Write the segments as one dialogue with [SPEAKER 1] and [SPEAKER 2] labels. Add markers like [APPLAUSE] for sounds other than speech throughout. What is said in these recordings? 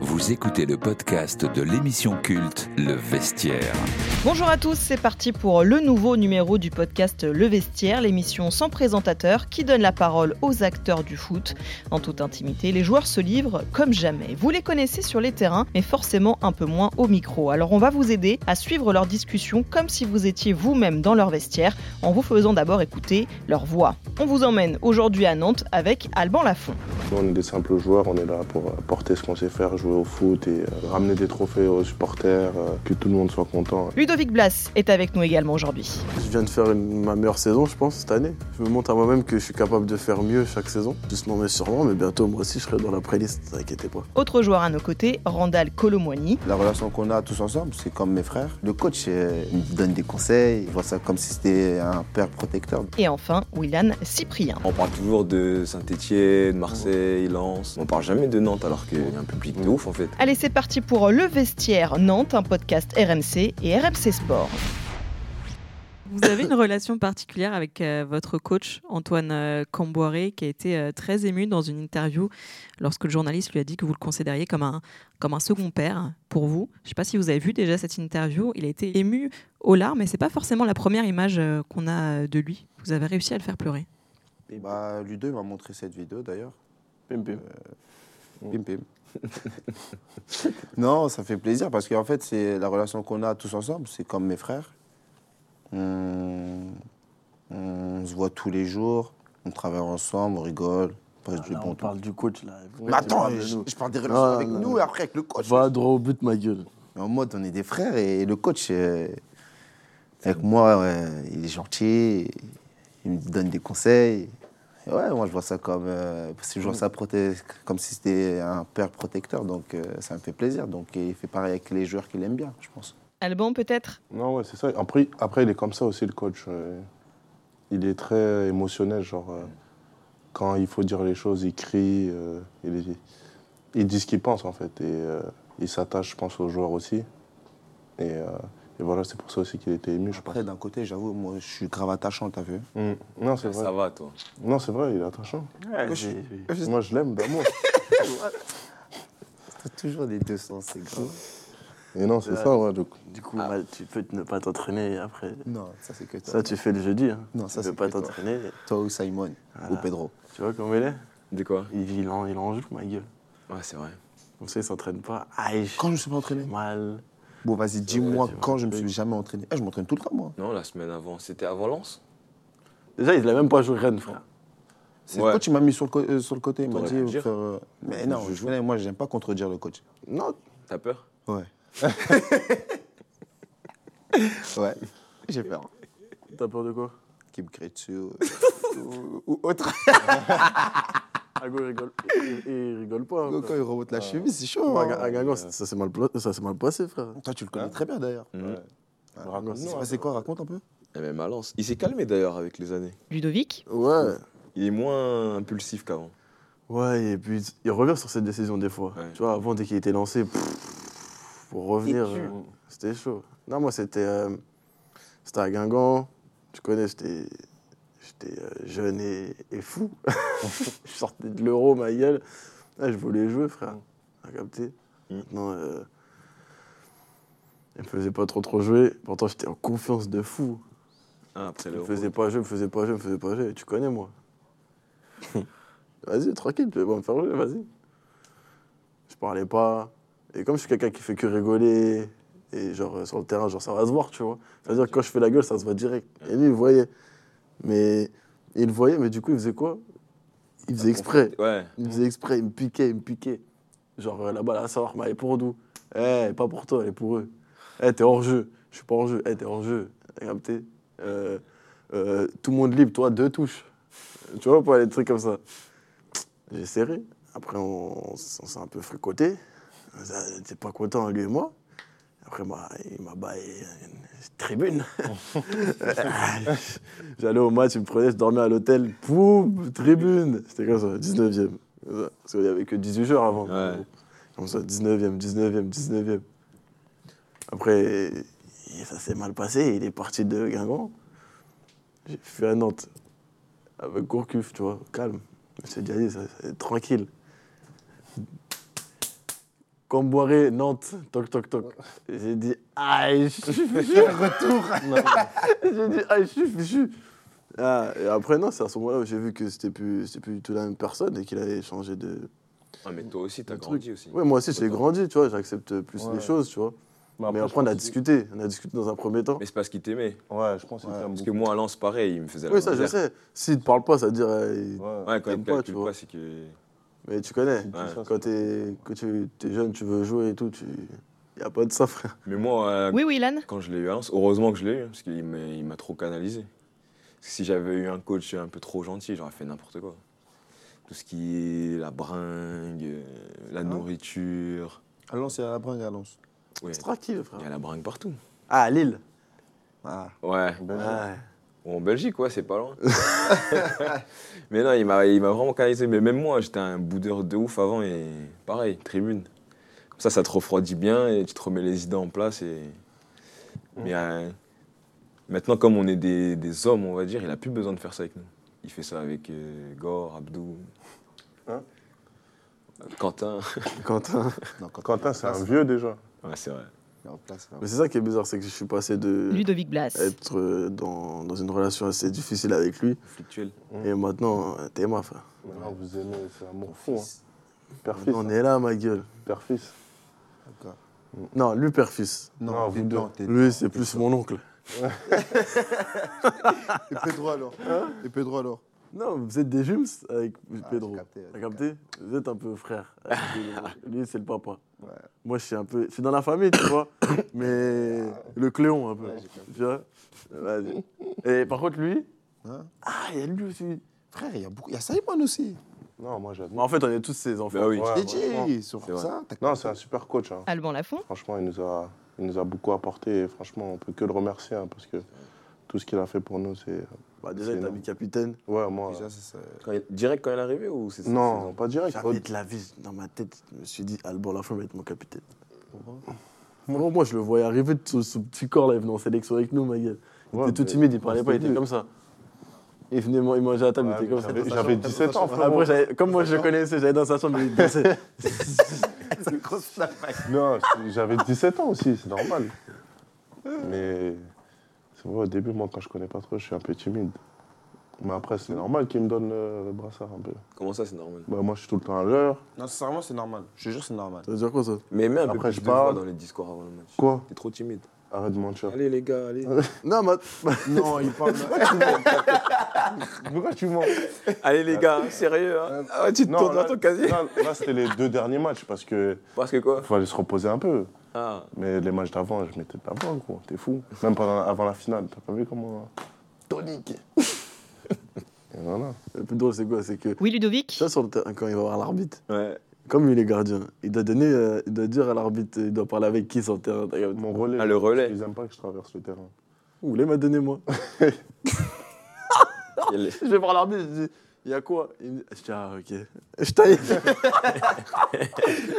[SPEAKER 1] Vous écoutez le podcast de l'émission culte Le Vestiaire.
[SPEAKER 2] Bonjour à tous, c'est parti pour le nouveau numéro du podcast Le Vestiaire, l'émission sans présentateur qui donne la parole aux acteurs du foot. En toute intimité, les joueurs se livrent comme jamais. Vous les connaissez sur les terrains, mais forcément un peu moins au micro. Alors on va vous aider à suivre leur discussion comme si vous étiez vous-même dans leur vestiaire, en vous faisant d'abord écouter leur voix. On vous emmène aujourd'hui à Nantes avec Alban Lafont.
[SPEAKER 3] On est des simples joueurs, on est là pour porter ce qu'on sait faire, jouer au foot et euh, ramener des trophées aux supporters, euh, que tout le monde soit content.
[SPEAKER 2] Ludovic Blas est avec nous également aujourd'hui.
[SPEAKER 4] Je viens de faire une- ma meilleure saison, je pense, cette année. Je me montre à moi-même que je suis capable de faire mieux chaque saison. Justement, mais sûrement, mais bientôt, moi aussi, je serai dans la playlist, ne inquiétez pas.
[SPEAKER 2] Autre joueur à nos côtés, Randall Colomwani.
[SPEAKER 5] La relation qu'on a tous ensemble, c'est comme mes frères. Le coach euh, il me donne des conseils, il voit ça comme si c'était un père protecteur.
[SPEAKER 2] Et enfin, Willan Cyprien.
[SPEAKER 6] On parle toujours de Saint-Etienne, Marseille, Lens. On parle jamais de Nantes alors qu'il y a un public de
[SPEAKER 4] Mm.
[SPEAKER 6] ouf en fait.
[SPEAKER 2] Allez, c'est parti pour Le Vestiaire Nantes, un podcast RMC et RMC Sport.
[SPEAKER 7] Vous avez une relation particulière avec euh, votre coach Antoine euh, Camboiré qui a été euh, très ému dans une interview lorsque le journaliste lui a dit que vous le considériez comme un, comme un second père pour vous. Je ne sais pas si vous avez vu déjà cette interview. Il a été ému aux larmes et c'est pas forcément la première image euh, qu'on a euh, de lui. Vous avez réussi à le faire pleurer.
[SPEAKER 5] Et bah, Ludo il m'a montré cette vidéo d'ailleurs.
[SPEAKER 4] Pim, pim. Oh.
[SPEAKER 5] Pim, pim. [LAUGHS] non, ça fait plaisir parce qu'en fait, c'est la relation qu'on a tous ensemble, c'est comme mes frères. On, on se voit tous les jours, on travaille ensemble, on rigole, on passe du
[SPEAKER 4] Là,
[SPEAKER 5] bon
[SPEAKER 4] Ah on
[SPEAKER 5] temps.
[SPEAKER 4] parle du coach, là.
[SPEAKER 5] Mais attends,
[SPEAKER 4] Tu parles de
[SPEAKER 5] je,
[SPEAKER 4] nous.
[SPEAKER 5] je parle des relations
[SPEAKER 4] Non,
[SPEAKER 5] avec
[SPEAKER 4] non,
[SPEAKER 5] nous
[SPEAKER 4] non.
[SPEAKER 5] et après avec le coach.
[SPEAKER 4] Va droit au but, ma gueule.
[SPEAKER 5] En mode, on est des frères et le coach, euh, avec moi, ouais, il est gentil, il me donne des conseils. Et ouais, moi, je vois ça comme, euh, parce que je vois ça proté- comme si c'était un père protecteur, donc euh, ça me fait plaisir. Donc il fait pareil avec les joueurs qu'il aime bien, je pense.
[SPEAKER 2] Alban, peut-être
[SPEAKER 3] Non, ouais, c'est ça. Après, après, il est comme ça aussi, le coach. euh, Il est très émotionnel, genre, euh, quand il faut dire les choses, il crie, euh, il, il dit ce qu'il pense, en fait. Et euh, il s'attache, je pense, aux joueurs aussi. Et, euh, et voilà, c'est pour ça aussi qu'il était ému, je pense.
[SPEAKER 5] Après, d'un côté, j'avoue, moi, je suis grave attachant, t'as vu
[SPEAKER 3] Mm. Non, c'est
[SPEAKER 6] Ça
[SPEAKER 3] vrai.
[SPEAKER 6] va toi
[SPEAKER 3] Non, c'est vrai, il est attachant.
[SPEAKER 4] Ah, j'ai-
[SPEAKER 3] Moi, je l'aime d'amour.
[SPEAKER 5] [LAUGHS] T'as toujours des deux sens, c'est grave.
[SPEAKER 3] Et non, c'est
[SPEAKER 4] Ouais.
[SPEAKER 3] ça, ouais. donc-
[SPEAKER 4] Du coup, mal, tu peux ne pas t'entraîner et après.
[SPEAKER 5] Non, ça, c'est que toi.
[SPEAKER 4] Ça, tu fais le jeudi. Hein.
[SPEAKER 5] Non, ça,
[SPEAKER 4] tu
[SPEAKER 5] c'est
[SPEAKER 4] peux pas
[SPEAKER 5] que toi.
[SPEAKER 4] t'entraîner.
[SPEAKER 5] Toi ou Simon, ou
[SPEAKER 4] Voilà.
[SPEAKER 5] Pedro.
[SPEAKER 4] Tu vois comment il est
[SPEAKER 6] De quoi
[SPEAKER 4] il, il, en, il en joue, ma gueule.
[SPEAKER 6] Ouais, c'est vrai.
[SPEAKER 4] On sait, il s'entraîne pas. Aïe, je
[SPEAKER 5] Quand je me suis pas entraîné
[SPEAKER 4] mal.
[SPEAKER 5] Bon, vas-y, dis-moi
[SPEAKER 4] tu vois.
[SPEAKER 5] quand je me suis jamais entraîné. Eh, je m'entraîne tout le temps, moi.
[SPEAKER 6] Non, la semaine avant, c'était avant Lens
[SPEAKER 4] Déjà, il a même pas joué Rennes, frère.
[SPEAKER 5] C'est le coach qui m'a mis sur le, co- euh, sur le côté. Il m'a
[SPEAKER 6] T'aurais
[SPEAKER 5] dit
[SPEAKER 6] pu
[SPEAKER 5] euh,
[SPEAKER 6] dire.
[SPEAKER 5] faire, euh, Mais non, je connais, moi, j'aime pas contredire le coach.
[SPEAKER 6] Non T'as peur
[SPEAKER 5] Ouais. [LAUGHS] ouais, j'ai peur.
[SPEAKER 4] T'as peur de quoi
[SPEAKER 5] Qui me crée dessus euh, ou, ou autre.
[SPEAKER 4] Ago rigole. Ah, Il, il rigole pas. hein,
[SPEAKER 5] Quand
[SPEAKER 4] frère.
[SPEAKER 5] il remonte la cheville, c'est chaud.
[SPEAKER 4] Ouais,
[SPEAKER 5] hein.
[SPEAKER 4] Aga- Agago, ça ça s'est mal, pla- ça s'est mal passé, frère.
[SPEAKER 5] Toi, tu le connais très bien d'ailleurs.
[SPEAKER 6] Mhm.
[SPEAKER 5] Ouais. Alors,
[SPEAKER 4] Raconte-nous,
[SPEAKER 5] Hein c'est
[SPEAKER 4] raconte.
[SPEAKER 5] passé quoi Raconte un peu.
[SPEAKER 6] Et même à Lens. Eh ben, Il s'est calmé d'ailleurs avec les années.
[SPEAKER 2] Ludovic
[SPEAKER 4] Ouais.
[SPEAKER 6] Il est moins impulsif qu'avant.
[SPEAKER 4] Ouais, et puis il revient sur cette décision des fois.
[SPEAKER 6] Ouais.
[SPEAKER 4] Tu vois, avant, dès qu'il était lancé, pff, pour revenir, euh, c'était chaud. Non, moi, c'était euh, c'était à Guingamp. Tu connais, j'étais j'étais, euh, jeune et, et fou. [LAUGHS] je sortais de l'euro, ma gueule. Là, je voulais jouer, frère. T'as capté
[SPEAKER 6] Mm.
[SPEAKER 4] Maintenant, euh, il me faisait pas trop trop jouer. Pourtant, j'étais en confiance de fou.
[SPEAKER 6] Ah, après
[SPEAKER 4] Il
[SPEAKER 6] le
[SPEAKER 4] me faisait pas jouer, il me faisait pas jouer, il me faisait pas jouer. Tu connais, moi. vas-y, tranquille, tu vas pas me faire jouer, vas-y. Je parlais pas. Et comme je suis quelqu'un qui fait que rigoler, et genre euh, sur le terrain, genre ça va se voir, tu vois. C'est-à-dire que quand je fais la gueule, ça se voit direct. Et lui, il voyait. Mais il le voyait, mais du coup, il faisait quoi Il faisait exprès.
[SPEAKER 6] Ouais.
[SPEAKER 4] Il faisait exprès, il me piquait, il me piquait. Genre euh, la balle à savoir, mais elle est pour nous. Eh, elle est pas pour toi, elle est pour eux. Eh, t'es hors jeu. Je suis pas hors jeu. Eh, t'es hors jeu. T'as capté Euh, euh, Tout le monde libre, toi, deux touches. Tu vois, pas des trucs comme ça. J'ai serré. Après, on, on s'est un peu fricoté. On était pas content, lui et moi. Après, bah, il m'a baillé une tribune. [LAUGHS] J'allais au match, il me prenait, je dormais à l'hôtel. Poum, tribune. C'était comme ça, 19e. Comme ça. Parce qu'il n'y avait que 18 joueurs avant.
[SPEAKER 6] Ouais.
[SPEAKER 4] Comme ça, 19e, 19e, 19e. Après, et ça s'est mal passé. Il est parti de Guingamp. J'ai fui à Nantes. Avec Gourcuff, tu vois, calme. Je t'ai déjà dit, ça, ça- tranquille. Camboiré, Nantes, toc toc toc. Et J'ai dit, aïe, je suis fichu.
[SPEAKER 5] Retour.
[SPEAKER 4] [LAUGHS] Non. J'ai dit, aïe, je suis fichu. Ah, et après, non, c'est à ce moment-là où j'ai vu que c'était plus, c'était plus du tout la même personne et qu'il avait changé de.
[SPEAKER 6] Ah, mais toi aussi, t'as
[SPEAKER 4] Le truc.
[SPEAKER 6] grandi aussi.
[SPEAKER 4] Ouais, moi aussi, j'ai grandi, tu vois, j'accepte plus
[SPEAKER 3] Ouais.
[SPEAKER 4] les choses, tu vois. Mais
[SPEAKER 3] Bah, je
[SPEAKER 4] après, on a
[SPEAKER 3] pense-
[SPEAKER 4] discuté. On a discuté dans un premier temps.
[SPEAKER 6] Mais c'est parce qu'il t'aimait.
[SPEAKER 3] Ouais, je pense qu'il
[SPEAKER 5] Ouais,
[SPEAKER 3] t'aime
[SPEAKER 6] Parce que
[SPEAKER 3] beaucoup.
[SPEAKER 6] moi, à Lens, pareil, il me faisait la
[SPEAKER 4] Oui, ça, je
[SPEAKER 6] misère.
[SPEAKER 4] sais. S'il te parle pas, ça veut dire. euh, il-
[SPEAKER 3] Ouais.
[SPEAKER 6] Ouais, quand il
[SPEAKER 4] T'aimes
[SPEAKER 6] me
[SPEAKER 4] pas,
[SPEAKER 6] calcule
[SPEAKER 4] tu vois.
[SPEAKER 6] pas, c'est que.
[SPEAKER 4] Mais tu connais.
[SPEAKER 3] Il dit
[SPEAKER 6] Ouais.
[SPEAKER 3] ça,
[SPEAKER 4] Quand, t'es, quand tu es jeune, tu veux jouer et tout, tu. Y a pas de ça, frère.
[SPEAKER 6] Mais moi, euh,
[SPEAKER 2] Oui, oui, Lan
[SPEAKER 6] quand je l'ai eu à Lens, heureusement que je l'ai eu, parce qu'il m'a il m'a trop canalisé. Parce que si j'avais eu un coach un peu trop gentil, j'aurais fait n'importe quoi. Tout ce qui est la bringue, euh, la nourriture.
[SPEAKER 5] Allons, c'est à la bringue, allons.
[SPEAKER 6] Ouais,
[SPEAKER 4] C'est tranquille,
[SPEAKER 6] Il y
[SPEAKER 4] frère.
[SPEAKER 6] a la bringue partout.
[SPEAKER 4] Ah, à Lille.
[SPEAKER 5] Ah,
[SPEAKER 6] Ouais.
[SPEAKER 3] Belgique.
[SPEAKER 4] Ouais.
[SPEAKER 6] Ou en Belgique, ouais, c'est pas loin. [LAUGHS] mais non, il m'a il m'a vraiment canalisé. Mais même moi, j'étais un boudeur de ouf avant et pareil, tribune. Comme ça, ça te refroidit bien et tu te remets les idées en place. Et... Mais euh, maintenant, comme on est des, des hommes, on va dire, il a plus besoin de faire ça avec nous. Il fait ça avec euh, Gore, Abdou,
[SPEAKER 3] Hein
[SPEAKER 6] Quentin.
[SPEAKER 4] Quentin.
[SPEAKER 5] non, quand
[SPEAKER 3] Quentin, c'est un vieux déjà.
[SPEAKER 6] Ouais, c'est vrai.
[SPEAKER 5] il est en place. là.
[SPEAKER 4] Mais c'est ça qui est bizarre, c'est que je suis passé de.
[SPEAKER 2] Ludovic Blas.
[SPEAKER 4] être euh, dans, dans une relation assez difficile avec lui.
[SPEAKER 6] Fluctuel.
[SPEAKER 4] Et maintenant, euh, t'es ma frère.
[SPEAKER 3] Maintenant, vous aimez, c'est un amour fou.
[SPEAKER 5] Fils.
[SPEAKER 3] Hein. Père-fils.
[SPEAKER 4] On est là, ma gueule.
[SPEAKER 3] Père-fils.
[SPEAKER 5] D'accord.
[SPEAKER 4] Non, lui, père-fils.
[SPEAKER 5] Non,
[SPEAKER 3] Non,
[SPEAKER 5] t'es
[SPEAKER 3] vous deux.
[SPEAKER 5] dedans, t'es
[SPEAKER 4] Lui, c'est plus mon oncle.
[SPEAKER 5] Et Pedro [LAUGHS] alors Et Pedro alors Ah,
[SPEAKER 4] Non, vous êtes des jums avec Pedro.
[SPEAKER 5] j'ai capté,
[SPEAKER 4] T'as
[SPEAKER 5] j'ai
[SPEAKER 4] capté Vous êtes un peu frère. avec Pedro. lui, c'est le papa.
[SPEAKER 5] Ouais.
[SPEAKER 4] Moi, je suis un peu. Je suis dans la famille, tu vois. mais le cléon, un peu. tu vois Vas-y. Et par contre, lui.
[SPEAKER 5] Hein
[SPEAKER 4] ah, il y a lui aussi.
[SPEAKER 5] Frère, il y a beaucoup. Il y a Simon aussi.
[SPEAKER 3] Non, moi j'adore.
[SPEAKER 4] Mais en fait, on est tous ses enfants.
[SPEAKER 6] Bah oui.
[SPEAKER 3] Ouais,
[SPEAKER 5] Je t'ai dit, ils sont
[SPEAKER 6] C'est vrai.
[SPEAKER 5] ça. t'as-
[SPEAKER 3] Non, c'est un super coach. hein.
[SPEAKER 2] Alban Lafont.
[SPEAKER 3] Franchement, il nous, a, il nous a beaucoup apporté. Et franchement, on peut que le remercier hein, parce que tout ce qu'il a fait pour nous, c'est.
[SPEAKER 4] Bah, déjà, il t'a
[SPEAKER 3] Sinon.
[SPEAKER 4] mis capitaine.
[SPEAKER 3] Ouais, moi.
[SPEAKER 5] Déjà, c'est ça.
[SPEAKER 6] Quand il- Direct quand il est arrivé ou c'est
[SPEAKER 3] Non, pas direct.
[SPEAKER 4] Jamais de la vie, dans ma tête, je me suis dit, Alban Lafont va être mon capitaine. Moi, moi, je le voyais arriver de ce, ce petit corps là, il venait en sélection avec nous, ma gueule. Il
[SPEAKER 3] Ouais,
[SPEAKER 4] était tout
[SPEAKER 3] mais-
[SPEAKER 4] timide, il parlait pas, il était
[SPEAKER 3] début.
[SPEAKER 4] comme ça. Il venait man- il mangeait à table,
[SPEAKER 3] Ouais,
[SPEAKER 4] il était
[SPEAKER 3] mais
[SPEAKER 4] comme ça.
[SPEAKER 3] J'avais j'avais 17 ans, frérot.
[SPEAKER 4] Après, j'avais- comme moi je le connaissais, j'allais dans sa chambre, il [LAUGHS] dansait.
[SPEAKER 3] Non, c'est- j'avais 17 ans aussi, c'est normal. Mais c'est vrai, au début, moi, quand je connais pas trop, je suis un peu timide. Mais après, c'est normal qu'il me donne le, le brassard un peu.
[SPEAKER 6] Comment ça, c'est normal
[SPEAKER 3] Bah, moi, je suis tout le temps à l'heure.
[SPEAKER 5] Non, sincèrement, c'est normal. Je te jure, c'est normal.
[SPEAKER 4] Ça veut dire quoi ça
[SPEAKER 6] Mais même un peu
[SPEAKER 3] Après,
[SPEAKER 6] plus
[SPEAKER 3] je
[SPEAKER 6] de voix
[SPEAKER 3] parle.
[SPEAKER 6] dans les discours avant le match.
[SPEAKER 3] Quoi
[SPEAKER 6] T'es trop timide.
[SPEAKER 3] Arrête de mentir.
[SPEAKER 6] Allez les gars, allez.
[SPEAKER 4] [LAUGHS] Non, mais
[SPEAKER 5] Non, il parle.
[SPEAKER 3] Pourquoi tu
[SPEAKER 4] [LAUGHS]
[SPEAKER 3] mens
[SPEAKER 6] allez les gars, sérieux. Hein ah, ouais, tu te tournes dans ton casier.
[SPEAKER 3] Ah. Euh, là, là, c'était les deux derniers matchs parce que
[SPEAKER 6] Parce que quoi
[SPEAKER 3] fallait se reposer un peu.
[SPEAKER 6] Ah,
[SPEAKER 3] Mais les matchs d'avant, je mettais de la banque, gros. T'es fou. Même pendant, avant la finale, t'as pas vu comment. hein
[SPEAKER 4] tonique.
[SPEAKER 3] Et voilà.
[SPEAKER 4] Le plus drôle, c'est quoi C'est que, tu
[SPEAKER 2] Oui, Ludovic.
[SPEAKER 4] vois, sur le terrain, quand il va voir l'arbitre,
[SPEAKER 6] ouais.
[SPEAKER 4] comme il est gardien, il doit donner, euh, il doit dire à l'arbitre, il doit parler avec qui sur le terrain. t'as capté
[SPEAKER 3] Mon relais.
[SPEAKER 6] Ah, le relais.
[SPEAKER 3] Ils aiment pas que je traverse le terrain.
[SPEAKER 4] Vous voulez m'a donné moi
[SPEAKER 3] Ah.
[SPEAKER 6] Il y a les-
[SPEAKER 4] [LAUGHS] Je vais voir l'arbitre, je dis, il y a quoi Il me dit, je dis, ah ok. Je [LAUGHS] taille.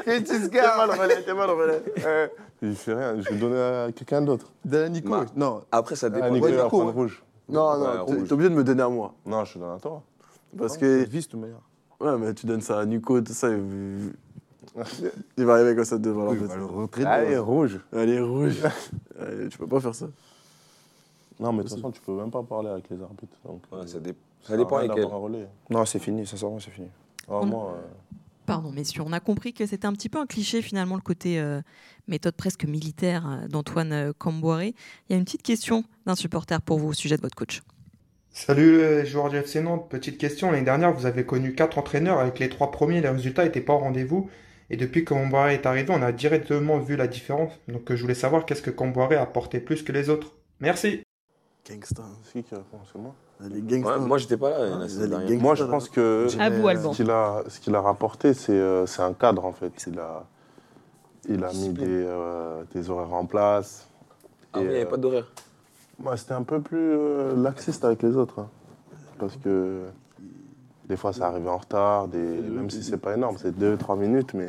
[SPEAKER 5] Et tu se
[SPEAKER 4] T'es mal relais, t'es
[SPEAKER 3] [LAUGHS]
[SPEAKER 4] mal relais.
[SPEAKER 3] Euh, Il fait rien, je vais donner à quelqu'un d'autre.
[SPEAKER 5] Nico.
[SPEAKER 6] Ma-
[SPEAKER 5] Non.
[SPEAKER 6] Après, ça
[SPEAKER 3] Ah,
[SPEAKER 6] dépend.
[SPEAKER 3] Nicolas,
[SPEAKER 5] Ouais,
[SPEAKER 3] il va
[SPEAKER 5] Nico,
[SPEAKER 3] prendre
[SPEAKER 5] ouais.
[SPEAKER 3] rouge.
[SPEAKER 4] Non,
[SPEAKER 6] Ouais,
[SPEAKER 4] non, t'es-
[SPEAKER 6] rouge.
[SPEAKER 4] t'es obligé de me donner à moi.
[SPEAKER 3] Non, je te donne à toi.
[SPEAKER 4] Parce
[SPEAKER 5] Non,
[SPEAKER 4] que,
[SPEAKER 5] c'est Vice, tout meilleur.
[SPEAKER 4] ouais, mais tu donnes ça à Nico, tout ça. Il, il va arriver comme ça devant
[SPEAKER 5] Il
[SPEAKER 4] l'arbitre.
[SPEAKER 5] va le recréer.
[SPEAKER 3] Allez, Ah, rouge.
[SPEAKER 4] Allez,
[SPEAKER 5] [LAUGHS]
[SPEAKER 4] rouge. Allez, tu peux pas faire ça.
[SPEAKER 3] Non, mais de toute façon, tu peux même pas parler avec les arbitres. Donc,
[SPEAKER 6] hein.
[SPEAKER 3] euh,
[SPEAKER 6] Ouais, ça, dé- ça
[SPEAKER 3] sert à
[SPEAKER 6] dépend
[SPEAKER 3] rien
[SPEAKER 6] avec elle.
[SPEAKER 3] d'avoir un relais.
[SPEAKER 5] Non, c'est fini, sincèrement, c'est fini.
[SPEAKER 3] Ah,
[SPEAKER 7] On-
[SPEAKER 3] moi, euh,
[SPEAKER 7] Pardon, messieurs, on a compris que c'était un petit peu un cliché finalement le côté euh, méthode presque militaire euh, d'Antoine euh, Camboiré. Il y a une petite question d'un supporter pour vous au sujet de votre coach.
[SPEAKER 8] Salut euh, les joueurs du FC Nantes, petite question, l'année dernière vous avez connu quatre entraîneurs, avec les trois premiers les résultats n'étaient pas au rendez-vous, et depuis que Comboiré est arrivé on a directement vu la différence, donc euh, je voulais savoir qu'est-ce que Comboiré a apporté plus que les autres. Merci
[SPEAKER 4] Gangsta.
[SPEAKER 3] c'est qui qui répond C'est moi
[SPEAKER 4] Les gangsta.
[SPEAKER 6] Ouais, moi, j'étais pas là.
[SPEAKER 4] Ah,
[SPEAKER 6] la
[SPEAKER 4] vous allez
[SPEAKER 6] semaine dernière.
[SPEAKER 4] gagner.
[SPEAKER 3] Moi, je pense que
[SPEAKER 5] J'ai-
[SPEAKER 2] À vous,
[SPEAKER 5] Euh,
[SPEAKER 2] Alban.
[SPEAKER 3] ce qu'il a, ce qu'il a rapporté, c'est euh, c'est un cadre, en fait. Il a, il a mis des, euh, des horaires en place.
[SPEAKER 6] Ah oui, il n'y
[SPEAKER 3] Et,
[SPEAKER 6] avait
[SPEAKER 3] euh,
[SPEAKER 6] pas d'horaire.
[SPEAKER 3] Moi, Bah, c'était un peu plus euh, laxiste avec les autres. hein. Parce que des fois, ça arrivait en retard, des- même si c'est pas énorme, c'est 2-3 minutes, mais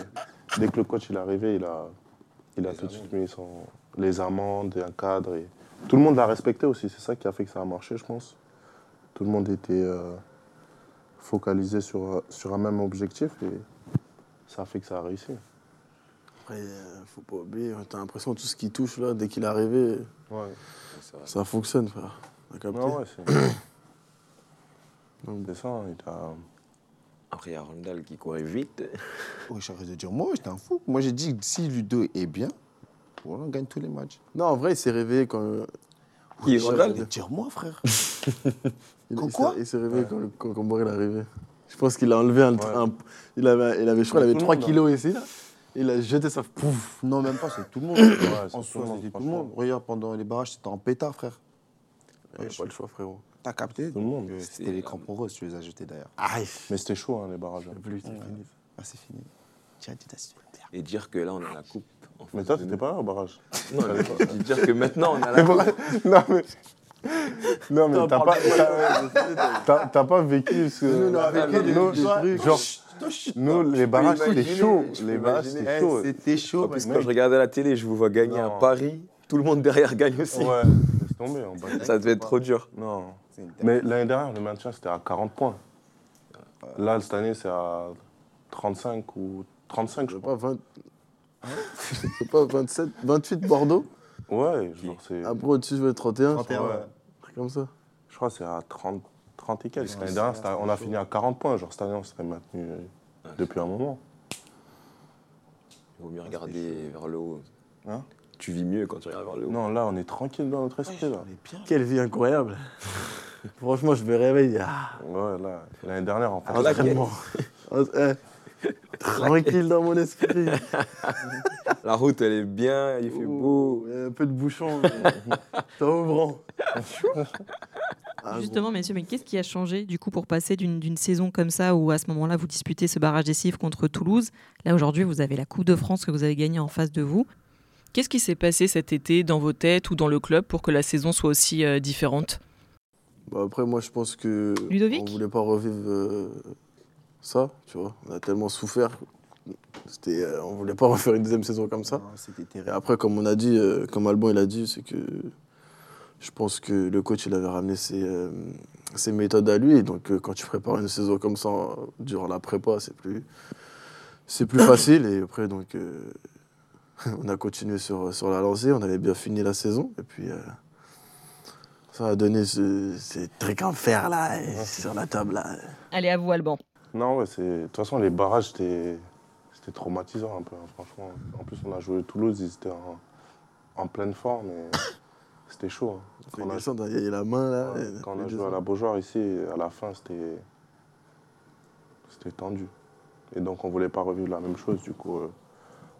[SPEAKER 3] dès que le coach il est arrivé, il a, il a tout de suite mis son- les amendes et un cadre. et- Tout le monde l'a respecté aussi, c'est ça qui a fait que ça a marché, je pense. Tout le monde était euh, focalisé sur, sur un même objectif et ça a fait que ça a réussi.
[SPEAKER 4] Après, euh, faut pas oublier, t'as l'impression que tout ce qui touche là, dès qu'il est arrivé,
[SPEAKER 3] Ouais.
[SPEAKER 6] Ça,
[SPEAKER 4] ça fonctionne, frère. T'as capté
[SPEAKER 3] Non, Ah ouais,
[SPEAKER 5] [COUGHS]
[SPEAKER 3] c'est. [COUGHS] Donc, c'est ça, hein, il
[SPEAKER 5] [COUGHS]
[SPEAKER 3] a.
[SPEAKER 6] Après, il y a Randall qui courait vite.
[SPEAKER 5] Oh, je suis en train de dire, moi, j'étais un fou. Moi, j'ai dit que si Ludo est bien, voilà, on gagne tous les matchs.
[SPEAKER 4] Non, en vrai, il s'est réveillé quand. euh,
[SPEAKER 6] Qui est
[SPEAKER 5] je suis en
[SPEAKER 6] Randall
[SPEAKER 5] train de dire, moi, frère.
[SPEAKER 4] il-
[SPEAKER 5] Quand
[SPEAKER 4] il s'est-
[SPEAKER 5] quoi
[SPEAKER 4] Il s'est réveillé quand, le- quand Camboré est arrivé. Je pense qu'il a enlevé un.
[SPEAKER 3] Ouais.
[SPEAKER 4] un- il, avait, il avait, je
[SPEAKER 3] Comme
[SPEAKER 4] crois, il avait
[SPEAKER 3] tout le
[SPEAKER 4] 3
[SPEAKER 3] monde,
[SPEAKER 4] kilos ici, là. Il a jeté ça. Pouf
[SPEAKER 5] hein. Non, même pas, c'est tout le monde.
[SPEAKER 3] c'est
[SPEAKER 5] en
[SPEAKER 3] tout
[SPEAKER 5] soi,
[SPEAKER 3] le monde,
[SPEAKER 5] c'était tout le monde.
[SPEAKER 3] franchement.
[SPEAKER 5] Regarde, pendant les barrages, c'était en pétard, frère.
[SPEAKER 4] Il a pas le choix, frérot.
[SPEAKER 5] T'as capté
[SPEAKER 3] Tout le monde.
[SPEAKER 5] Euh, C'était les crampons roses, tu les as jetés d'ailleurs.
[SPEAKER 4] Aïe
[SPEAKER 3] Mais c'était chaud, hein, les barrages. hein.
[SPEAKER 4] Le plus, c'est
[SPEAKER 5] Ouais.
[SPEAKER 4] fini.
[SPEAKER 5] Ah, c'est fini. Tiens, dis ta suite.
[SPEAKER 6] Et dire que là, on a la
[SPEAKER 3] [LAUGHS]
[SPEAKER 6] coupe. en
[SPEAKER 3] Mais
[SPEAKER 6] face
[SPEAKER 3] toi,
[SPEAKER 6] de
[SPEAKER 3] t'étais
[SPEAKER 6] nous.
[SPEAKER 3] pas là au barrage.
[SPEAKER 6] Non, mais je dis dire que
[SPEAKER 3] [LAUGHS]
[SPEAKER 6] maintenant, on a la
[SPEAKER 3] Mais
[SPEAKER 6] coupe.
[SPEAKER 3] pourquoi- [LAUGHS] non, mais. Non, mais t'as pas, t'as- [LAUGHS] t'as- t'as pas vécu ce.
[SPEAKER 5] Nous, on a
[SPEAKER 6] vécu
[SPEAKER 3] Nous,
[SPEAKER 6] des-
[SPEAKER 5] des
[SPEAKER 3] genre,
[SPEAKER 5] trucs.
[SPEAKER 3] genre,
[SPEAKER 6] pas.
[SPEAKER 3] nous,
[SPEAKER 6] Je
[SPEAKER 3] les
[SPEAKER 6] peux
[SPEAKER 3] barrages, c'était
[SPEAKER 6] imaginer,
[SPEAKER 3] chaud.
[SPEAKER 6] je peux
[SPEAKER 3] Les barrages,
[SPEAKER 6] imaginer.
[SPEAKER 5] Eh,
[SPEAKER 3] Eh, c'était chaud.
[SPEAKER 5] C'était chaud,
[SPEAKER 6] En plus,
[SPEAKER 3] mais-
[SPEAKER 6] quand je regardais la télé, je vous vois gagner
[SPEAKER 3] Non.
[SPEAKER 6] à Paris. Tout le monde derrière gagne aussi.
[SPEAKER 3] Ouais, laisse tomber. on bat-
[SPEAKER 6] Ça devait être trop dur.
[SPEAKER 3] Non. Mais l'année dernière, le maintien, c'était à 40 points. Là, cette année, c'est à 35 ou 35, je
[SPEAKER 4] Je sais
[SPEAKER 3] crois.
[SPEAKER 4] pas, 20. Je sais pas, 27, 28 Bordeaux.
[SPEAKER 3] Ouais, genre, c'est.
[SPEAKER 4] Après, au-dessus, je vais 31.
[SPEAKER 5] 31, ouais.
[SPEAKER 4] Un truc Comme ça.
[SPEAKER 3] Je crois que c'est à 30, 30 et quelques.
[SPEAKER 5] Ouais,
[SPEAKER 3] L'année
[SPEAKER 5] c'est
[SPEAKER 3] dernière,
[SPEAKER 5] vrai,
[SPEAKER 3] c'était à-
[SPEAKER 5] c'était
[SPEAKER 3] on a
[SPEAKER 5] chaud.
[SPEAKER 3] fini à 40 points. Genre, cette année, on serait maintenu euh, depuis un moment.
[SPEAKER 6] Il vaut mieux regarder vers le haut.
[SPEAKER 3] Hein
[SPEAKER 6] tu vis mieux quand tu regardes vers le haut.
[SPEAKER 3] Non, là, on est tranquille dans notre esprit. Là.
[SPEAKER 4] Quelle vie incroyable. [LAUGHS] Franchement, je me réveille. Ah,
[SPEAKER 3] Ouais, là, l'année dernière, en fait.
[SPEAKER 6] Ah,
[SPEAKER 3] c'était
[SPEAKER 6] ok.
[SPEAKER 3] bon.
[SPEAKER 4] oh, eh, tranquille dans mon esprit.
[SPEAKER 6] La route, elle est bien, il fait beau.
[SPEAKER 4] Ouh, il y a Un peu de bouchon. mais Ça ouvrant. Ah
[SPEAKER 7] Justement, messieurs, mais qu'est-ce qui a changé du coup pour passer d'une d'une saison comme ça où à ce moment-là vous disputez ce barrage des Cifres contre Toulouse Là aujourd'hui, vous avez la Coupe de France que vous avez gagnée en face de vous.
[SPEAKER 9] Qu'est-ce qui s'est passé cet été dans vos têtes ou dans le club pour que la saison soit aussi euh, différente
[SPEAKER 4] Bah, après, moi, je pense que.
[SPEAKER 2] Ludovic
[SPEAKER 4] On voulait pas revivre euh, ça, tu vois. On a tellement souffert. C'était, euh, on voulait pas refaire une deuxième saison comme ça.
[SPEAKER 5] Non, C'était
[SPEAKER 4] Et
[SPEAKER 5] terrible.
[SPEAKER 4] après, comme on a dit, euh, comme Alban il a dit, c'est que je pense que le coach il avait ramené ses, euh, ses méthodes à lui. Et donc, euh, quand tu prépares une saison comme ça euh, durant la prépa, c'est plus c'est plus facile. Et après, donc, euh, [LAUGHS] on a continué sur sur la lancée. On avait bien fini la saison. Et puis. euh, ça a donné ce, ces trucs en fer là, et sur la table là.
[SPEAKER 2] Allez, à vous, Alban.
[SPEAKER 3] Non, ouais, c'est. De toute façon, les barrages, c'était c'était traumatisant un peu, hein, franchement. En plus, on a joué Toulouse, ils étaient en, en pleine forme et c'était chaud. hein.
[SPEAKER 4] Quand
[SPEAKER 3] Quand on a-
[SPEAKER 4] il y a la main là.
[SPEAKER 3] Ouais,
[SPEAKER 4] et-
[SPEAKER 3] Quand on
[SPEAKER 4] et
[SPEAKER 3] a
[SPEAKER 4] des
[SPEAKER 3] joué à la Beaujoire ici, à la fin, c'était. C'était tendu. Et donc, on voulait pas revivre la même chose. Du coup, euh,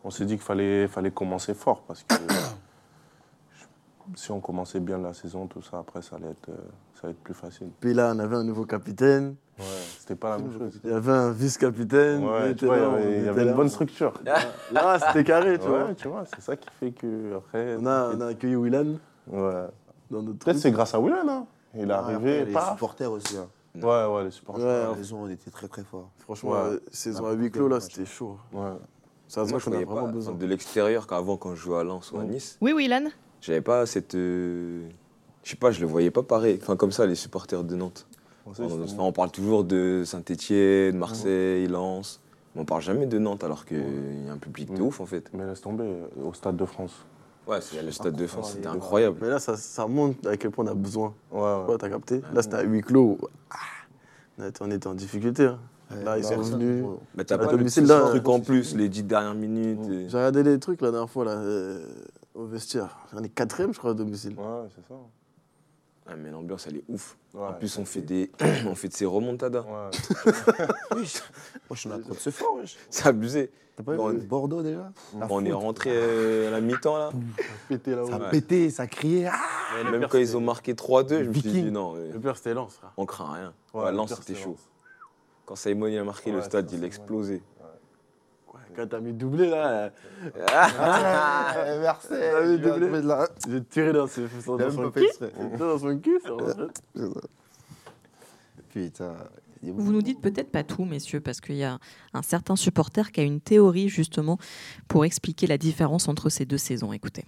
[SPEAKER 3] on s'est dit qu'il fallait, fallait commencer fort parce que [COUGHS] je- si on commençait bien la saison, tout ça, après, ça allait être, euh, ça allait être plus facile.
[SPEAKER 4] Puis là, on avait un nouveau capitaine.
[SPEAKER 3] Ouais, c'était pas la même chose.
[SPEAKER 4] Il y avait un vice-capitaine. on
[SPEAKER 3] Ouais,
[SPEAKER 4] était
[SPEAKER 3] tu vois, il y
[SPEAKER 4] là, on
[SPEAKER 3] avait- il y
[SPEAKER 4] était
[SPEAKER 3] avait
[SPEAKER 4] là.
[SPEAKER 3] une bonne
[SPEAKER 4] [LAUGHS]
[SPEAKER 3] structure.
[SPEAKER 4] Là, c'était carré, tu
[SPEAKER 3] Ouais,
[SPEAKER 4] vois.
[SPEAKER 3] tu vois, c'est ça qui fait que après.
[SPEAKER 4] On a, on a accueilli Willan
[SPEAKER 3] Ouais.
[SPEAKER 4] dans notre
[SPEAKER 3] Peut-être
[SPEAKER 4] truc.
[SPEAKER 3] c'est grâce à Willan, hein. Il est
[SPEAKER 5] Ouais,
[SPEAKER 3] arrivé,
[SPEAKER 5] après, Ah, Les
[SPEAKER 3] paf.
[SPEAKER 5] supporters aussi. Hein.
[SPEAKER 3] Ouais, ouais, les supporters.
[SPEAKER 4] Ouais,
[SPEAKER 5] La
[SPEAKER 4] en-
[SPEAKER 5] raison, on était très très forts.
[SPEAKER 4] Franchement,
[SPEAKER 3] Ouais. Ah,
[SPEAKER 4] euh, saison à
[SPEAKER 5] N'importe
[SPEAKER 4] huis clos, là,
[SPEAKER 5] quel
[SPEAKER 4] c'était chaud.
[SPEAKER 3] Ouais.
[SPEAKER 4] Ça se
[SPEAKER 6] Moi,
[SPEAKER 4] voit
[SPEAKER 6] je
[SPEAKER 4] qu'on a
[SPEAKER 6] voyais
[SPEAKER 4] vraiment
[SPEAKER 6] pas
[SPEAKER 4] besoin.
[SPEAKER 6] de l'extérieur qu'avant, quand je jouais à Lens ou à
[SPEAKER 3] Mm.
[SPEAKER 6] Nice,
[SPEAKER 2] Oui, oui, Ilan
[SPEAKER 6] j'avais pas cette. euh, Je sais pas, je le voyais pas pareil. Enfin, comme ça, les supporters de Nantes.
[SPEAKER 3] Ça,
[SPEAKER 6] On,
[SPEAKER 3] c'est-
[SPEAKER 6] enfin, on parle toujours de Saint-Etienne, Marseille, Lens. Mais on parle jamais de Nantes alors qu'il y a un public de
[SPEAKER 3] Mm.
[SPEAKER 6] ouf en fait.
[SPEAKER 3] Mais laisse tomber, euh, au Stade de France.
[SPEAKER 6] Ouais, c'est le Stade de France, c'était incroyable.
[SPEAKER 4] Mais là, ça, ça monte à quel point on a besoin.
[SPEAKER 3] Ouais, ouais.
[SPEAKER 4] Ouais, t'as capté Là, c'était à huis clos. Ah, on était- on était en difficulté. hein. Là,
[SPEAKER 3] bah,
[SPEAKER 4] ils sont
[SPEAKER 5] personne
[SPEAKER 4] venus.
[SPEAKER 5] pour-
[SPEAKER 6] Mais t'as
[SPEAKER 4] À
[SPEAKER 6] pas le
[SPEAKER 4] domicile,
[SPEAKER 6] petit
[SPEAKER 4] là,
[SPEAKER 6] truc
[SPEAKER 4] euh,
[SPEAKER 6] en plus, les dix dernières minutes. et-
[SPEAKER 4] J'ai regardé les trucs la dernière fois, là, euh, au vestiaire. On est quatrième, je crois, à domicile.
[SPEAKER 3] Ouais, c'est ça.
[SPEAKER 6] Ah, mais l'ambiance, elle est ouf.
[SPEAKER 3] Ouais.
[SPEAKER 6] En plus, on fait, des... [COUGHS] on fait de ces remontadas.
[SPEAKER 3] [LAUGHS] Ouais.
[SPEAKER 5] Moi, je suis en train de se fort, wesh.
[SPEAKER 6] C'est abusé.
[SPEAKER 5] T'as pas
[SPEAKER 6] Bon,
[SPEAKER 5] vu le Bordeaux déjà La
[SPEAKER 6] on est
[SPEAKER 5] foudre.
[SPEAKER 6] rentré euh, à la mi-temps là.
[SPEAKER 4] Pété là-haut.
[SPEAKER 5] Ça
[SPEAKER 6] Ouais.
[SPEAKER 5] pétait, ça criait. Ah
[SPEAKER 6] Ouais, Même quand ils ont marqué 3-2, je me suis dit
[SPEAKER 5] Viking.
[SPEAKER 6] non, euh,
[SPEAKER 4] Le père, c'était Lens, frère.
[SPEAKER 6] on craint rien.
[SPEAKER 3] Ouais,
[SPEAKER 6] Ouais, Lens,
[SPEAKER 3] pire,
[SPEAKER 6] c'était
[SPEAKER 3] c'est
[SPEAKER 6] chaud.
[SPEAKER 3] Lens.
[SPEAKER 6] Quand Simon il a marqué le
[SPEAKER 3] Ouais,
[SPEAKER 6] stade,
[SPEAKER 3] ça,
[SPEAKER 6] il a
[SPEAKER 3] c'est
[SPEAKER 6] explosé.
[SPEAKER 4] Quand t'as mis doublé, là, euh,
[SPEAKER 3] Ah
[SPEAKER 5] Merci.
[SPEAKER 4] Ah oui,
[SPEAKER 5] je viens de
[SPEAKER 4] doublé.
[SPEAKER 5] mettre la-
[SPEAKER 4] j'ai tiré dans ses- dans son
[SPEAKER 5] J'ai même pas fait
[SPEAKER 4] cul.
[SPEAKER 5] exprès.
[SPEAKER 4] J'ai tiré dans son cul, ça rentrait.
[SPEAKER 5] Putain.
[SPEAKER 7] Vous nous dites peut-être pas tout, messieurs, parce qu'il y a un certain supporter qui a une théorie justement pour expliquer la différence entre ces deux saisons. Écoutez.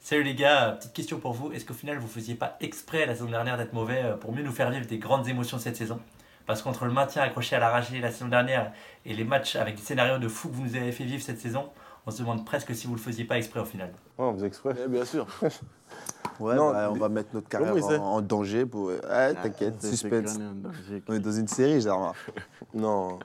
[SPEAKER 10] Salut les gars, petite question pour vous. Est-ce qu'au final vous faisiez pas exprès la saison dernière d'être mauvais euh, pour mieux nous faire vivre des grandes émotions cette saison Parce qu'entre le maintien accroché à l'arraché la saison dernière et les matchs avec des scénarios de fou que vous nous avez fait vivre cette saison, on se demande presque si vous le faisiez pas exprès au final.
[SPEAKER 3] Ouais, on faisait exprès.
[SPEAKER 4] Eh bien sûr.
[SPEAKER 5] Ouais,
[SPEAKER 3] Non,
[SPEAKER 5] bah, on
[SPEAKER 3] mais-
[SPEAKER 5] va mettre notre carrière
[SPEAKER 4] Oui,
[SPEAKER 5] en,
[SPEAKER 4] c'est-
[SPEAKER 5] en danger. Pour... Ouais, t'inquiète, suspense. On est dans une série, j'ai remarqué.
[SPEAKER 3] Non,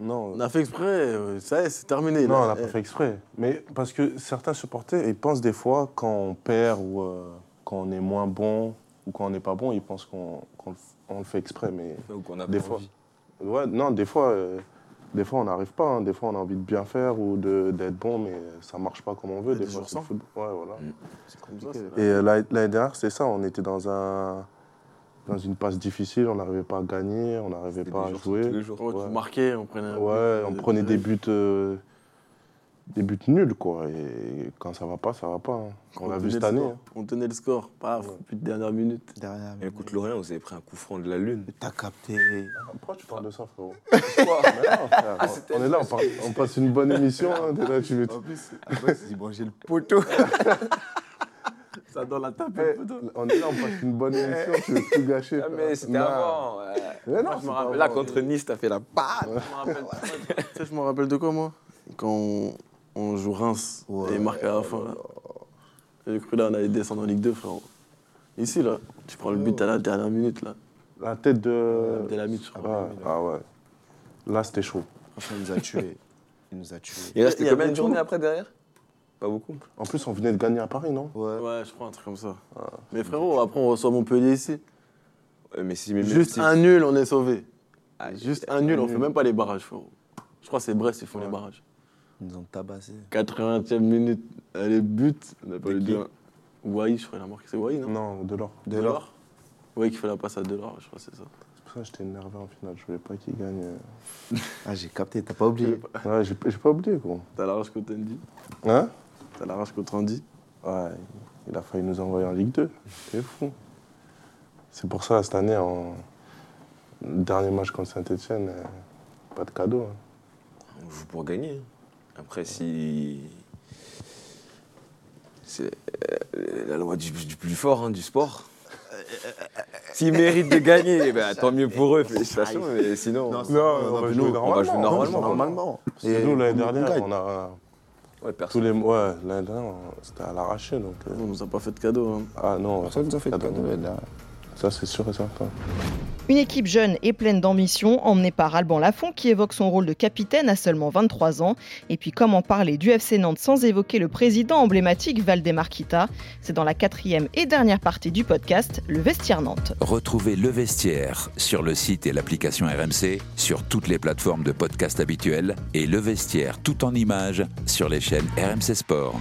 [SPEAKER 3] non.
[SPEAKER 4] On a fait exprès, euh, ça
[SPEAKER 5] Eh,
[SPEAKER 4] y est, c'est terminé.
[SPEAKER 3] Non, on
[SPEAKER 4] là.
[SPEAKER 3] n'a pas fait exprès. Mais parce que certains supporters, ils pensent des fois quand on perd ou euh, quand on est moins bon ou quand on n'est pas bon, ils pensent qu'on qu'on le f- on le fait exprès. Mais
[SPEAKER 6] Donc on a
[SPEAKER 3] Des
[SPEAKER 6] pas
[SPEAKER 3] fois.
[SPEAKER 6] envie.
[SPEAKER 3] ouais, non, des fois, euh, des fois on n'arrive pas. hein. Des fois, on a envie de bien faire ou de- d'être bon, mais ça marche pas comme on veut.
[SPEAKER 4] Il y a
[SPEAKER 3] Des
[SPEAKER 4] des
[SPEAKER 3] fois,
[SPEAKER 4] jours
[SPEAKER 3] c'est le
[SPEAKER 4] sans.
[SPEAKER 3] football. Ouais, voilà.
[SPEAKER 4] C'est comme ça, c'est-
[SPEAKER 3] Et euh, l'année l'année dernière, c'est ça. On était dans un dans une passe difficile. On n'arrivait pas à gagner. On n'arrivait
[SPEAKER 6] Des
[SPEAKER 3] pas à
[SPEAKER 6] jours,
[SPEAKER 3] jouer.
[SPEAKER 6] Tous les jours.
[SPEAKER 4] Oh,
[SPEAKER 3] Ouais.
[SPEAKER 4] Tu marquais, on prenait. un
[SPEAKER 3] Ouais,
[SPEAKER 4] but,
[SPEAKER 3] on
[SPEAKER 4] euh,
[SPEAKER 3] prenait des
[SPEAKER 4] euh,
[SPEAKER 3] buts, euh, des buts nuls, quoi. Et quand ça va pas, ça va pas. hein. On l'a vu
[SPEAKER 4] tenait
[SPEAKER 3] cette
[SPEAKER 4] le
[SPEAKER 3] année. hein.
[SPEAKER 4] score. On tenait le score, paf, plus de dernière minute.
[SPEAKER 5] Derrière,
[SPEAKER 6] Et
[SPEAKER 5] mais
[SPEAKER 6] contre Lorient, vous avez pris un coup franc de la lune.
[SPEAKER 5] t'as capté.
[SPEAKER 3] Pourquoi tu parles de ça,
[SPEAKER 4] [LAUGHS]
[SPEAKER 3] frérot
[SPEAKER 4] Ah,
[SPEAKER 3] On est là, on, parle- on passe une bonne émission. hein, t'es là, tu veux-
[SPEAKER 5] En plus, après, il dit, bon, j'ai le poteau.
[SPEAKER 4] [LAUGHS] Ça dans la tape.
[SPEAKER 3] Eh, On est là, on passe une bonne émission. Tu veux tout gâcher.
[SPEAKER 6] Ah,
[SPEAKER 3] frère.
[SPEAKER 6] mais c'était
[SPEAKER 3] Non.
[SPEAKER 6] avant. euh,
[SPEAKER 3] Mais non,
[SPEAKER 6] moi, je
[SPEAKER 3] c'est
[SPEAKER 6] me
[SPEAKER 3] pas
[SPEAKER 6] rappelle.
[SPEAKER 3] avant.
[SPEAKER 6] Là, contre Nice, t'as fait la patte.
[SPEAKER 4] Je me rappelle- Tu sais, je me rappelle de quoi, moi Quand on, on joue Reims
[SPEAKER 5] Ouais.
[SPEAKER 4] et marque à la fin. là. J'ai cru là, on allait descendre en Ligue 2, frérot. Ici, là, tu prends le but à la dernière minute, là.
[SPEAKER 3] La tête de.
[SPEAKER 4] Abdelhamid, je crois.
[SPEAKER 3] Ouais, ah ouais. Là, c'était chaud.
[SPEAKER 5] Franchement, il nous a tués. Il nous a tués.
[SPEAKER 6] Il restait
[SPEAKER 4] Il y
[SPEAKER 6] combien
[SPEAKER 4] avait
[SPEAKER 6] de
[SPEAKER 4] tout.
[SPEAKER 6] journées après derrière Pas beaucoup.
[SPEAKER 3] En plus, on venait de gagner à Paris, non
[SPEAKER 5] Ouais.
[SPEAKER 4] Ouais, je crois, un truc comme ça.
[SPEAKER 3] Ah,
[SPEAKER 4] Mais frérot, après, on reçoit Montpellier ici.
[SPEAKER 6] Ouais, Mais si, mais même
[SPEAKER 4] Juste
[SPEAKER 6] si-
[SPEAKER 4] un nul, on est sauvé.
[SPEAKER 6] Ah,
[SPEAKER 4] Juste un nul, on fait
[SPEAKER 3] nul.
[SPEAKER 4] même pas les barrages, frérot. Je crois que c'est Brest, ils font les barrages.
[SPEAKER 5] Ils nous ont tabassé.
[SPEAKER 4] 80e minute, allez, but. On a pas
[SPEAKER 6] De
[SPEAKER 4] eu
[SPEAKER 6] qui
[SPEAKER 4] de Wai, je crois, il a marqué. C'est Wai, non
[SPEAKER 3] Non, de l'or.
[SPEAKER 4] Delors Ouais, qui fait la passe à Delors, je crois, c'est ça.
[SPEAKER 3] C'est pour ça que j'étais énervé en finale. Je voulais pas qu'il gagne.
[SPEAKER 5] Ah, j'ai capté, t'as pas oublié.
[SPEAKER 3] Ouais, j'ai j'ai pas oublié, quoi.
[SPEAKER 4] T'as la rage contre Andy
[SPEAKER 3] Hein
[SPEAKER 4] T'as la rage contre Andy
[SPEAKER 3] Ouais, il a failli nous envoyer en Ligue 2. C'est fou. C'est pour ça, cette année, en dernier match contre Saint-Etienne, euh, pas de cadeau. hein.
[SPEAKER 6] On joue pour gagner. Après, si. C'est euh, la loi du, du plus fort, hein, du [LAUGHS] sport. S'ils méritent de gagner, eh ben, tant mieux pour eux, félicitations. Mais sinon,
[SPEAKER 3] Non, on va jouer
[SPEAKER 6] on va jouer normalement.
[SPEAKER 5] Normalement.
[SPEAKER 3] Parce que nous, l'année dernière, on a.
[SPEAKER 6] Ouais,
[SPEAKER 3] Tous
[SPEAKER 6] personne.
[SPEAKER 3] les mois, l'année dernière, on- c'était à l'arraché. Donc, euh,
[SPEAKER 4] On nous a pas fait de cadeau. Hein.
[SPEAKER 3] Ah non, on va
[SPEAKER 5] Personne nous a fait de
[SPEAKER 3] cadeau.
[SPEAKER 5] cadeau, là.
[SPEAKER 3] Ça, c'est sûr et certain.
[SPEAKER 2] Une équipe jeune et pleine d'ambition, emmenée par Alban Lafont, qui évoque son rôle de capitaine à seulement 23 ans. Et puis, comment parler du FC Nantes sans évoquer le président emblématique Valdemar Kita C'est dans la quatrième et dernière partie du podcast Le Vestiaire Nantes.
[SPEAKER 1] Retrouvez Le Vestiaire sur le site et l'application RMC, sur toutes les plateformes de podcast habituelles et Le Vestiaire tout en images sur les chaînes RMC Sport.